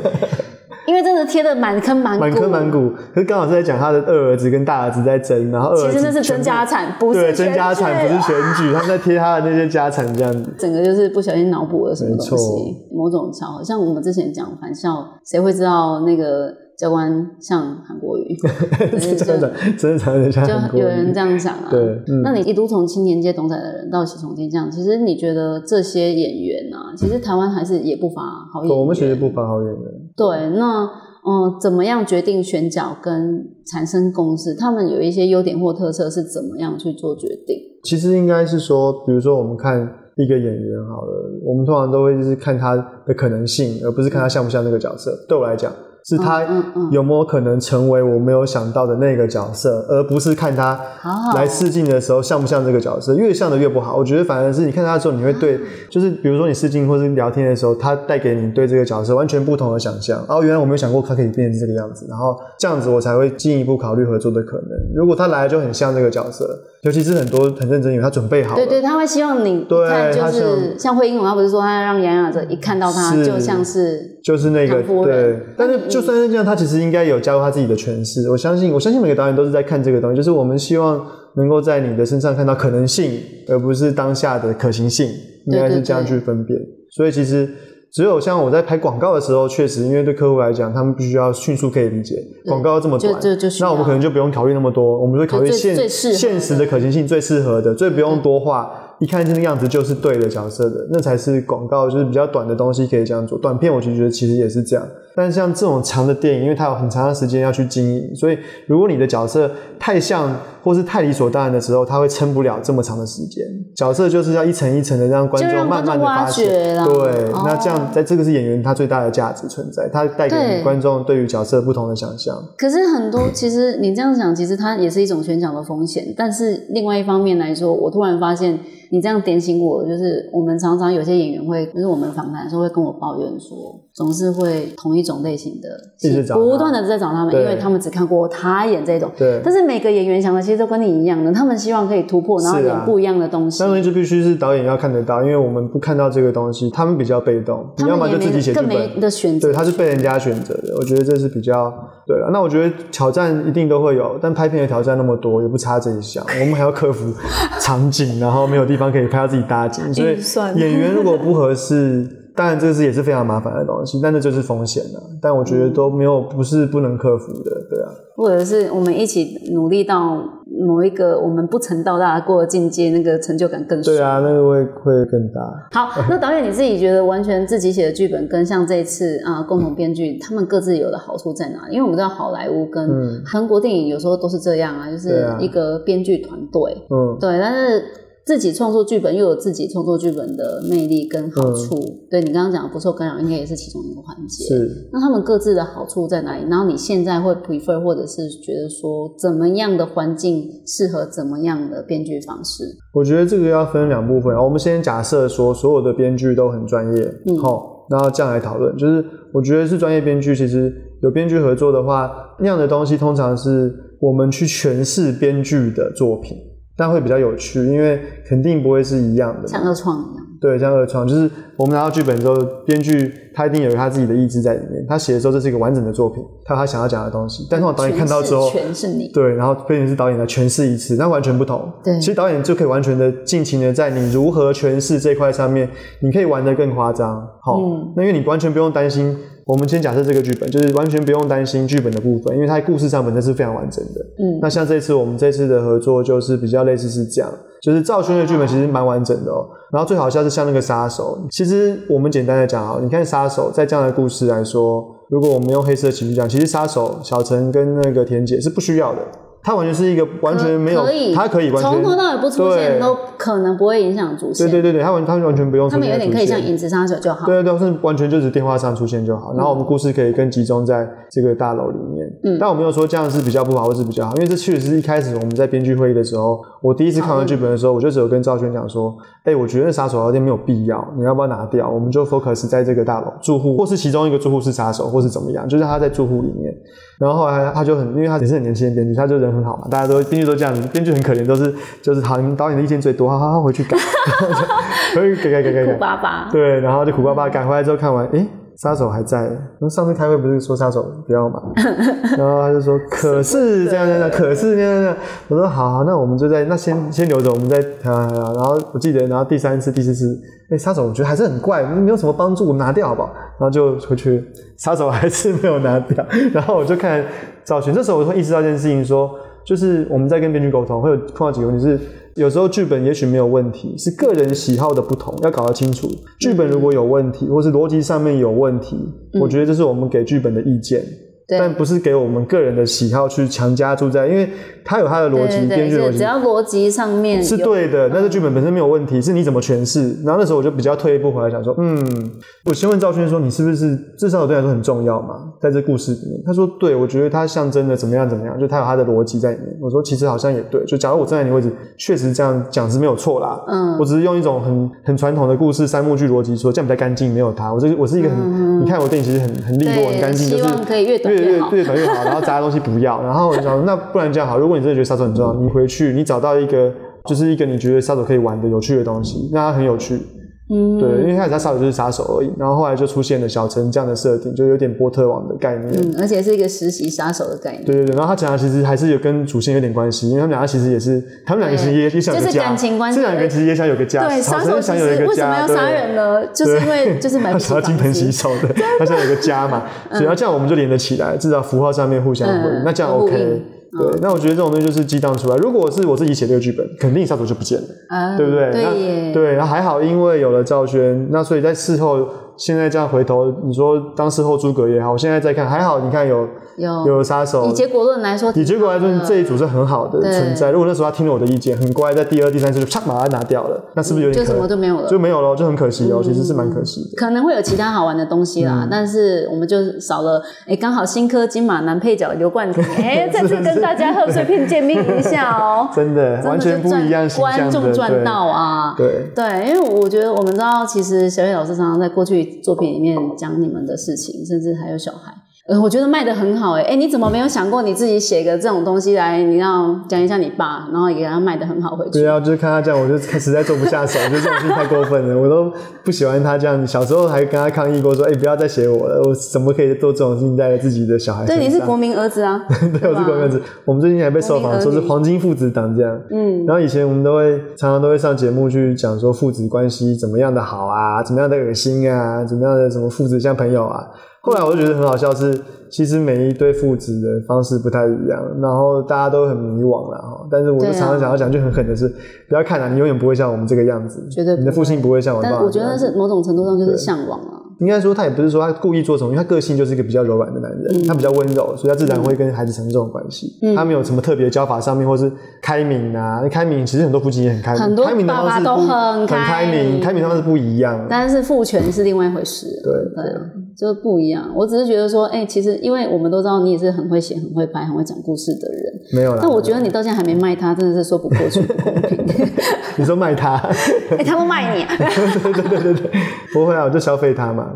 因为真的贴的满坑满谷，满坑满谷，可是刚好是在讲他的二儿子跟大儿子在争，然后二儿其子实那是呃全真部家产，不是对争家全产，不是剧 <laughs> 选举，他们在贴他的那些家产这样子。整个就是不小心脑补了什么没东错西，某种巧合。像我们之前讲返校，谁会知道那个教官像韩国 <laughs> 瑜？真的真就的真的常人家很就过有人瘾这样想啊。对嗯那你一路从青年界、董仔的人到喜从天这样，其实你觉得这些演员啊，其实台湾还是也不乏好演对员。哦我们其实不乏好演员，对，那嗯、呃怎么样决定选角跟产生共识？他们有一些优点或特色是怎么样去做决定？其实应该是说，比如说我们看一个演员好了，我们通常都会就是看他的可能性，而不是看他像不像那个角色。对我来讲，是他嗯嗯嗯有没有可能成为我没有想到的那个角色，而不是看他好好来试镜的时候像不像这个角色，越像的越不好。我觉得反而是你看他的时候，你会对，嗯就是比如说你试镜或是聊天的时候，他带给你对这个角色完全不同的想象。哦，原来我没有想过他可以变成这个样子，然后这样子我才会进一步考虑合作的可能。如果他来就很像这个角色，尤其是很多很认真，以为他准备好了，对对，他会希望你对看，就他是像惠英红，他不是说他让杨雅哲一看到他是就像是就是那个唐夫对人，但是就算是这样，他其实应该有加入他自己的诠释。我相信，我相信每个导演都是在看这个东西，就是我们希望能够在你的身上看到可能性，而不是当下的可行性，应对该是对这样对去分辨。所以其实只有像我在拍广告的时候，确实因为对客户来讲，他们必须要迅速可以理解广告这么短，就就就需那我们要可能就不用考虑那么多，我们会考虑就最最现适合的现实的可行性最适合的，最不用多画。一看这个样子就是对的角色的，那才是广告，就是比较短的东西可以这样做。短片我就觉得其实也是这样，但像这种长的电影，因为它有很长的时间要去经营，所以如果你的角色太像或是太理所当然的时候，它会撑不了这么长的时间。角色就是要一层一层的让观就众让慢观众慢挖的发掘现，啦对，哦那这样在这个是演员他最大的价值存在，他带给对观众对于角色不同的想象。可是很多，其实你这样讲，其实它也是一种选角的风险。但是另外一方面来说，我突然发现你这样点醒我，就是我们常常有些演员会，就是我们访谈的时候会跟我抱怨说，总是会同一种类型的戏，一直找他不断的在找他们，对因为他们只看过他演这种。对，但是每个演员想的其实都跟你一样的，他们希望可以突破，然后是啊演不一样的东西。那东西就必须是导演要看得到，因为我们不看到这个东西，他们比较被动，你他要么们也就自己没写剧更没本，的选择对，，他是被人家选择的。我觉得这是比较对了。那我觉得挑战一定都会有，但拍片的挑战那么多，也不差这一项。我们还要克服场景，然后没有地方可以拍到自己搭景，所以预算演员如果不合适，当然这是也是非常麻烦的东西，但那就是风险了。但我觉得都没有不是不能克服的，对啊。或者是我们一起努力到某一个我们不曾到达过的境界，那个成就感更爽。对啊，那个会会更大。好，那导演你自己觉得完全自己写的剧本跟像这一次啊、呃共同编剧，他们各自有的好处在哪里？因为我们知道好莱坞嗯跟韩国电影有时候都是这样啊，就对是啊一个编剧团队，嗯，对，但是自己创作剧本又有自己创作剧本的魅力跟嗯好处。对你刚刚讲的不受干扰，应该也是其中一个环节。是。那他们各自的好处在哪里？然后你现在会 prefer 或者是觉得说怎么样的环境适合怎么样的编剧方式？我觉得这个要分两部分，我们先假设说所有的编剧都很专业，嗯好、然后这样来讨论。就是我觉得是专业编剧，其实有编剧合作的话，那样的东西通常是我们去诠释编剧的作品，但会比较有趣，因为肯定不会是一样的嘛。像二创一样。对，像二创，就是我们拿到剧本之后，编剧他一定有他自己的意志在里面。他写的时候，这是一个完整的作品，他有他想要讲的东西。但通常导演看到之后，全是你。对，然后变成是导演来诠释一次，那完全不同。对其实导演就可以完全的尽情的在你如何诠释这块上面，你可以玩得更夸张。好、嗯那因为你完全不用担心我们先假设这个剧本，就是完全不用担心剧本的部分，因为它故事上本身是非常完整的。嗯那像这次我们这次的合作就是比较类似是这样，就是赵轩的剧本其实蛮完整的哦。然后最好笑是像那个杀手，其实我们简单的讲好，你看杀手在这样的故事来说，如果我们用黑色情绪讲，其实杀手小陈跟那个田姐是不需要的，他完全是一个完全没有，可以，他可以完全从头到尾不出现，对都可能不会影响主线。对对对对，他完他完全不用他们有点可以像出现影子杀手就好。对对对，是完全就是电话上出现就好。然后我们故事可以更集中在这个大楼里面。嗯但我没有说这样是比较不好，或是比较好，因为这确实是一开始我们在编剧会议的时候，我第一次看哦完剧本的时候，我就只有跟赵轩讲说，哎、我觉得杀手药店没有必要，你要不要拿掉？我们就 focus 在这个大楼住户，或是其中一个住户是杀手，或是怎么样，就是他在住户里面。然后后来他就很，因为他也是很年轻的编剧，他就人很好嘛，大家都编剧都这样子，编剧很可怜，都是就是好，你们导演的意见最多，好好好回去改， <laughs> 回去改改改改改苦。巴巴，对，然后就苦巴巴赶回来之后看完，诶，杀手还在。那上次开会不是说杀手不要 <laughs> 嘛？然后他就说，可是这样这样，这样可是那样那样。我说好、啊好那我们就在那先先留着，我们再谈谈谈。然后我记得，然后第三次、第四次，诶，杀手我觉得还是很怪，没有什么帮助，我们拿掉好不好？然后就回去，杀手还是没有拿掉。 <laughs> 然后我就看赵群，这时候我会意识到一件事情说就是我们在跟编剧沟通，会有碰到几个问题是，有时候剧本也许没有问题，是个人喜好的不同，要搞得清楚。剧本如果有问嗯题，或是逻辑上面有问题，我觉得这是我们给剧本的意见，但对不是给我们个人的喜好去强加注在，因为它有它的逻辑，对编对剧的对，逻就辑只。要逻辑上面是有，嗯对的，但是剧本本身没有问题，是你怎么诠释。然后那时候我就比较退一步回来想说，嗯，我先问赵轩说，你是不是至少对你来说很重要嘛？在这故事里面，他说对，我觉得它象征的怎么样怎么样，就他有他的逻辑在里面。我说其实好像也对，就假如我站在你位置，确实这样讲是没有错啦。嗯我只是用一种很很传统的故事三幕剧逻辑说，这样比较干净，没有他。我这个我是一个很，你看我电影其实很很利落，很干嗯对，净，就希是望可以越懂越越好。越短越好，然后杂的东西不要。然后我就想，那不然这样好，如果你真的觉得杀手很重要，你回去你找到一个就是一个你觉得杀手可以玩的有趣的东西，让它很有趣。嗯，对，因为一开始他杀手就是杀手而已，然后后来就出现了小陈这样的设定，就有点波特王的概念。嗯，而且是一个实习杀手的概念，对对对，然后他讲的其实还是有跟主线有点关系，因为他们两个其实也是，他们两个其实也也想有个就是家，感情关系这两个人其实也想有个家，对，小杀手陈也其想有一实个为什家，么要对杀人呢？就是因为就是买他不起想要 <laughs> 房金盆洗子，手的，他想有个 <laughs> 家嘛，所以要这样我们就连得起来，至少符号上面互相呼应，嗯那这样有呼 OK 应。对，那我觉得这种东西就是激荡出来。如果是我自己写这个剧本，肯定杀手就不见了，啊对不对？对那耶，对，那还好，因为有了赵轩，那所以在事后，现在这样回头，你说当事后诸葛也好，我现在再看，还好，你看有有。有杀手嗯以，结果论来说，嗯以结果来说，这一组是很好的对存在。如果那时候他听了我的意见，很乖，在第二、第三次就啪把它拿掉了，那是不是有就点什么可都没有了嗯就。没有了，就很可惜哦，其实是蛮可惜的。，可能会有其他好玩的东西啦，但是我们就少了。哎，刚好新科金马男配角刘冠廷，哎，这次跟大家贺岁片见面一下哦真的真的 <laughs> 完全不一样就形赚象观的，众赚对到啊！对对，因为我觉得我们知道，其实小野老师常常在过去作品里面讲你们的事情，甚至还有小孩。呃，我觉得卖的很好哎、欸、哎、你怎么没有想过你自己写个这种东西来？你让讲一下你爸，然后也给他卖的很好回去。对啊，就是看他这样，我就实在做不下手， <laughs> 我觉得这种事情太过分了，我都不喜欢他这样。小时候还跟他抗议过，说：“哎、不要再写我了，我怎么可以做这种事情在自己的小孩对，身你是上？”国民儿子啊， <laughs> 对，我是国民子。我们最近还被受访说是黄金父子档这样。嗯，然后以前我们都会常常都会上节目去讲说父子关系怎么样的好啊，怎么样的恶心啊，怎么样的什么父子像朋友啊。后来我就觉得很好笑是，其实每一对父子的方式不太一样，然后大家都很迷惘啦。哈。但是我就对啊常常想要讲句很狠的是，不要看啊，你永远不会像我们这个样子，绝对不你的父亲不会像我爸爸这但样。啊我觉得是某种程度上就是向往啊。应该说他也不是说他故意做什么，因为他个性就是一个比较柔软的男人，嗯他比较温柔，所以他自然会跟孩子产生这种关系。他没有什么特别的教法上面，或是开明啊，开明其实很多夫妻也很开明，很多开明的方式爸爸不都很很开开明明，开明的方式不一样。但是父权是另外一回事。对对啊，就是不一样。我只是觉得说，哎、其实因为我们都知道你也是很会写、很会拍、很会讲故事的人，没有啦，但我觉得你到现在还没卖他，真的是说不过去，不 <laughs> 公平。你说卖他，哎、他会卖你、对对对对对，不会啊，我就消费他嘛。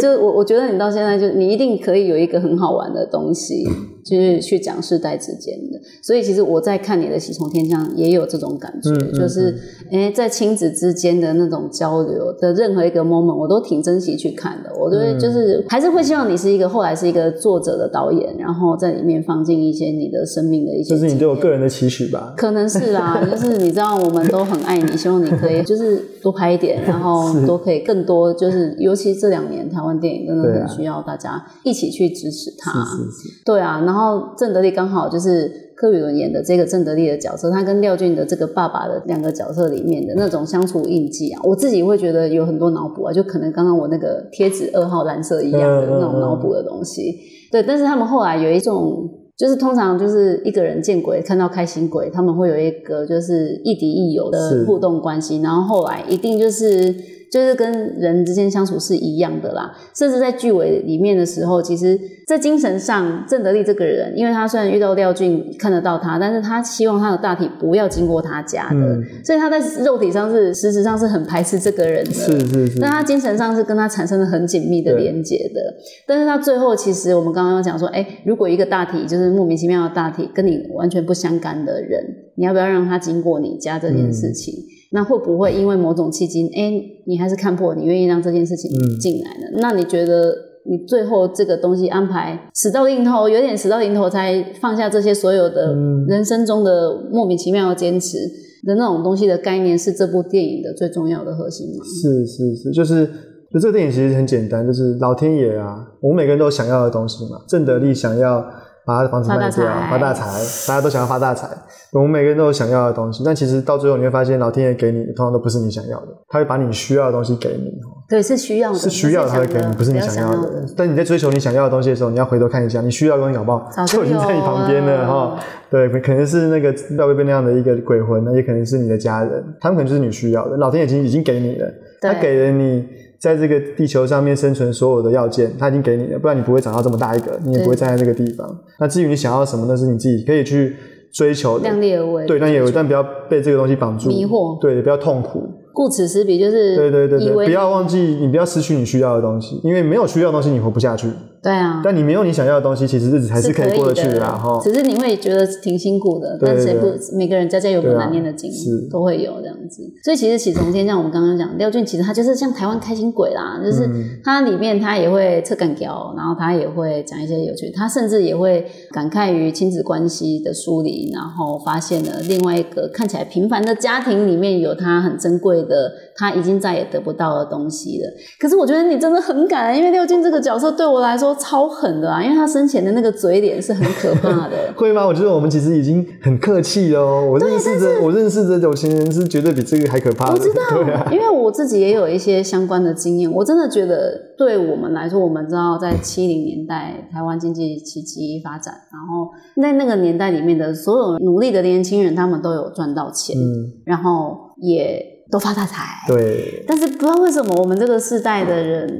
就我我觉得你到现在就你一定可以有一个很好玩的东西，嗯就是去讲世代之间的。所以其实我在看你的《喜从天降》也有这种感觉，嗯嗯就是诶、在亲子之间的那种交流的任何一个 moment，我都挺珍惜去看的。我觉嗯得就是、还是会希望你是一个后来是一个作者的导演，然后在里面放进一些你的生命的一些这是你经对我验个人的期许啊吧？<laughs> 可能是啦、就是你知道，我们都很爱你，希望你可以，就是 <laughs> 多拍一点，然后是多可以更多，就是尤其这两年台湾电影真的对啊很需要大家一起去支持它。是是是，对啊，然后郑德利刚好就是柯宇伦演的这个郑德利的角色，他跟廖俊的这个爸爸的两个角色里面的那种相处印记啊，我自己会觉得有很多脑补啊，就可能刚刚我那个贴纸二号蓝色一样的嗯嗯那种脑补的东西。对，但是他们后来有一种。就是通常就是一个人见鬼，看到开心鬼，他们会有一个就是亦敌亦友是的互动关系，然后后来一定就是就是跟人之间相处是一样的啦。甚至在剧尾里面的时候，其实，在精神上，郑德利这个人，因为他虽然遇到廖俊看得到他，但是他希望他的大体不要经过他家的，嗯所以他在肉体上是实质上是很排斥这个人的。是是是，但他精神上是跟他产生了很紧密的对连接的。但是他最后其实我们刚刚讲说，哎，如果一个大体就是莫名其妙的大体跟你完全不相干的人，你要不要让他经过你家这件事嗯情？那会不会因为某种契机，哎，你还是看破，你愿意让这件事情嗯进来呢？那你觉得你最后这个东西安排死到临头，有点死到临头才放下这些所有的嗯人生中的莫名其妙的坚持的那种东西的概念，是这部电影的最重要的核心吗？是是是，就是就这个电影其实很简单，就是老天爷啊，我们每个人都有想要的东西嘛。郑德利想要把他的房子发卖大掉，财发大财，大家都想要发大财。我们每个人都有想要的东西，但其实到最后你会发现，老天爷给你的通常都不是你想要的，他会把你需要的东西给你，对，是需要的，是需要的他会给你，哦不是你想想要要的。。但你在追求你想要的东西的时候，你要回头看一下，你需要的东西搞不好早就就已经在你旁边有了了哈。对，可能是那个廖贝贝那样的一个鬼魂，那也可能是你的家人，他们可能就是你需要的。老天已经已经给你了，对他给了你在这个地球上面生存所有的要件，他已经给你了，不然你不会长到这么大一个，你也对不会站在这个地方。那至于你想要什么，那是你自己可以去追求的。量力而为，对，但也有，但不要被这个东西绑住，迷惑对，也不要痛苦，顾此失彼，就是对对对以为对，不要忘记，你不要失去你需要的东西，因为没有需要的东西你活不下去。对啊，但你没有你想要的东西，其实日子还是可以过得去的啦，哈。只是你会觉得挺辛苦的，对但谁对不每个人家家有本难念的经，对啊是。都会有这样子。所以其实启从天，像我们刚刚讲，廖俊其实他就是像台湾开心鬼啦，就是他里面他也会侧干胶，然后他也会讲一些有趣，他甚至也会感慨于亲子关系的疏离，然后发现了另外一个看起来平凡的家庭里面有他很珍贵的，他已经再也得不到的东西了。可是我觉得你真的很敢啊，因为廖俊这个角色对我来说超狠的啊，因为他生前的那个嘴脸是很可怕的会吗？我觉得我们其实已经很客气哦。我认识的，我认识的有钱人是绝对比这个还可怕的。，我知道 <laughs> 对啊，因为我自己也有一些相关的经验，我真的觉得对我们来说，我们知道在七零年代台湾经济奇迹发展，然后在那个年代里面的所有努力的年轻人，他们都有赚到钱，嗯，然后也都发大财。对，但是不知道为什么，我们这个世代的人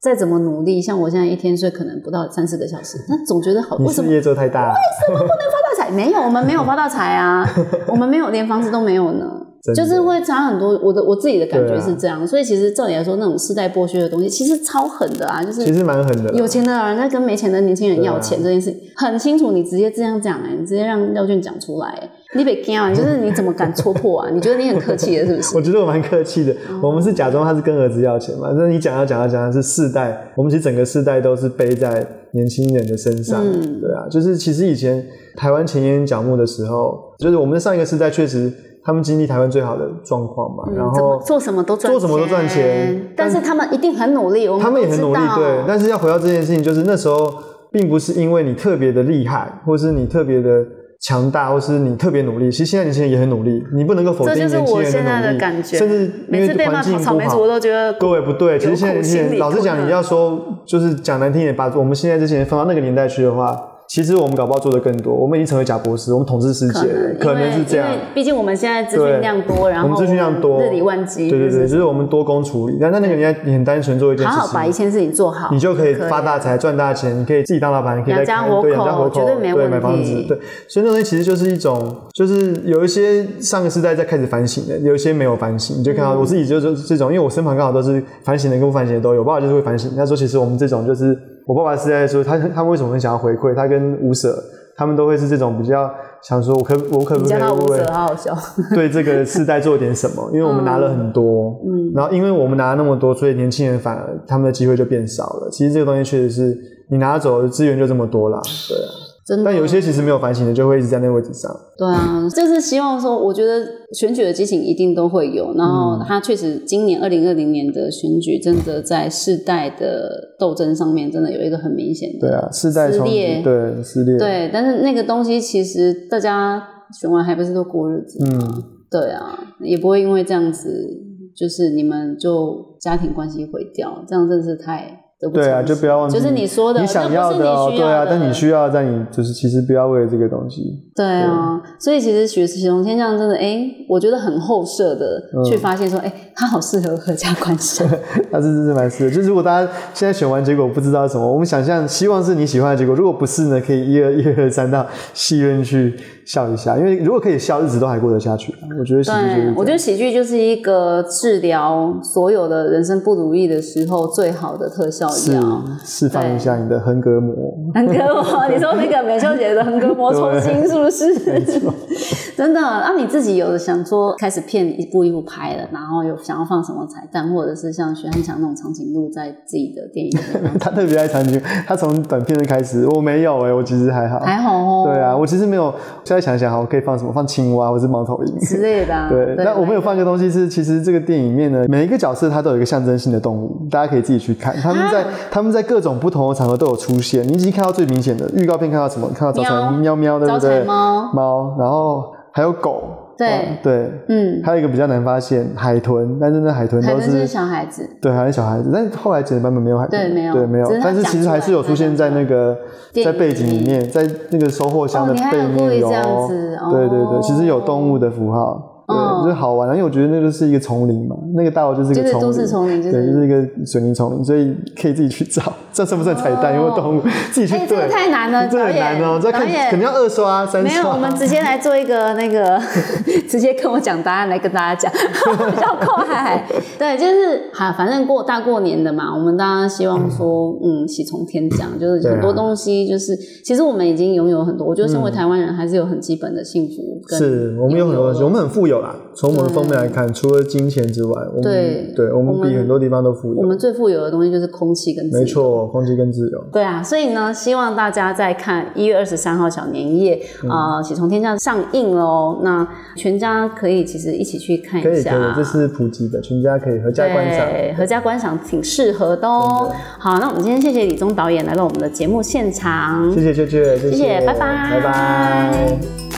再怎么努力，像我现在一天睡可能不到三四个小时，但总觉得好你为什事么业做太大，发大财没有，我们没嗯有发大财 <laughs> 啊，我们没有，连房子都没有呢真。的就是会差很多，我的我自己的感对觉啊是这样，所以其实照理来说，那种世代剥削的东西其实超狠的啊，就其是实蛮狠的啦。有钱的人在跟没钱的年轻人对啊要钱这件事情、很清楚，你直接这样讲哎、你直接让廖俊讲出来、哎你别惊啊，就是你怎么敢戳破 <laughs> 啊？你觉得你很客气的，是不是我？觉得我蛮客气的，嗯我们是假装他是跟儿子要钱嘛，那你讲要讲要讲要是世代，我们其实整个世代都是背在年轻人的身上，嗯对啊，就是其实以前台湾前沿角目的时候，就是我们的上一个世代确实他们经历台湾最好的状况嘛，嗯 <laughs> 然怎么后做什么都赚，做什么都赚钱但是他们一定很努哦力，我他们也都很知努力，道对，但是要回到这件事情，就是那时候并不是因为你特别的厉害，或是你特别的。强大，或是你特别努力，其实现在年轻人也很努力，你不能够否定这年就是轻人我努力，现在的感觉甚至因每为次被骂环境不草莓好族，我都觉得各位不对，其实有现在苦年轻心人，理老实痛讲，啊你要说就是讲难听一点，把我们现在这些人放到那个年代去的话，其实我们搞不好做的更多。我们已经成为贾博士，我们统治世可界了能，可能因为是这样因。为毕竟我们现在资对讯量多，然后我们资讯量多，日理万机，对对就对，是就是我们多工处理。但在那个年代，你很单纯做一件事好好把一情，件事情做好，你就可以可以发大财、赚大钱，你可以自己当老板，你可以在养家活口对养家活口，绝对没对问买房子题，对。所以那东西其实就是一种，就是有一些上个世代在开始反省的，有一些没有反省。你就看到我自己就是这种，因为我身旁刚好都是反省的跟不反省的都有。我爸爸就是会反省，他说其实我们这种就是我爸爸是在说他他们为什么很想要回馈，他跟吴舍他们都会是这种比较想说我可我可不你叫可以他无为责，好好笑， <laughs> 对这个世代做点什么，因为我们拿了很多，嗯，然后因为我们拿了那么多，所以年轻人反而他们的机会就变少了。其实这个东西确实是你拿走的资源就这么多啦，对啊，真的。但有些其实没有反省的，就会一直在那个位置上。对啊，就是希望说，我觉得选举的激情一定都会有。然后嗯它确实，今年二零二零年的选举，真的在世代的斗争上面，真的有一个很明显的对啊，世代撕冲突裂，对撕裂，，对。但是那个东西，其实大家选完还不是都过日子？嗯，对啊，也不会因为这样子，就是你们就家庭关系毁掉，这样真的是太得不对啊，偿就失不要忘记就是你说的，你想要这的不哦，是你需对要啊的，但你需要，但你就是其实不要为了这个东西，对啊，所以其实学习从天象真的，哎，我觉得很后设的、嗯去发现说，哎，他好适合合家观 <laughs> 赏。啊那这真是蛮是的。就是如果大家现在选完结果不知道是什么，我们想象希望是你喜欢的结果，如果不是呢，可以一二一二三到戏院去笑一下，因为如果可以笑，日子都还过得下去。啊我觉得喜剧就是这对样，我觉得喜剧就是一个治疗所有的人生不如意的时候最好的特效药。是释放一下你的横膈 <laughs> 膜，横膈膜，你说那个美秀姐的横膈膜抽筋是不是？真的，那、你自己有的想说开始片一步一步拍了，然后有想要放什么彩蛋，或者是像徐汉强那种长颈鹿在自己的电影里面他特别爱长颈鹿，他从短片就开始，我没有哎、我其 <laughs> 实还好。还好哦，对啊，我其实没有。现在想想，好，我可以放什么？放青蛙，或是猫头鹰之类的、啊。对，那我们有放一个东西是，其实这个电影里面呢，每一个角色它都有一个象征性的动物，大家可以自己去看。他们在、他们在各种不同的场合都有出现，你已经看到最明显的预告片看到什么？看到早餐喵喵，对不招财对？猫猫，然后还有狗，对哦对，嗯，还有一个比较难发现海豚，但是那海豚海都豚是是小孩子，对，还是小孩子，但是后来剪的版本没有海豚，对没有对，没有只是。他但是其实还是有出现在那个讲出来在背景里面，在那个收获箱的哦你还背有故面意有这样哦，子哦对对对，其实有动物的符号，对，嗯就是好玩啊。因为我觉得那就是一个丛林嘛，那个大楼就是一就个是丛林，都市丛林，就对，就是是。一个水泥丛林，所以可以自己去找，这算不算彩哦蛋？因为动物自己去哎这对个，太难了，这导很难演，哦，这导看演肯定要二刷、啊三没有，刷我。们直接来做一个那个， <laughs> 直接跟我讲答案来跟大家讲， <laughs> 比较快。对，就是哈，反正过大过年的嘛，我们当然希望说，嗯，喜从天降，就是对啊很多东西，就是、啊其实我们已经拥有很多，我觉得身为台湾人还是有很基本的幸福跟，是我们有很多东西，我们很富有啦。从我们的方面来看，除了金钱之外，嗯我们对对我们我们比很多地方都富有我。们最富有的东西就是空气跟自由没错，空气跟自由。对啊，所以呢，希望大家在看一月二十三号小年夜嗯啊，呃喜、从天降》上映喽。那全家可以其实一起去看可一以可下，以，这是普及的，全家可以合家观赏。啊对合家观赏挺适合的哦。好，那我们今天谢谢李宗导演来到我们的节目现场，谢谢雀雀，谢谢谢拜拜拜拜。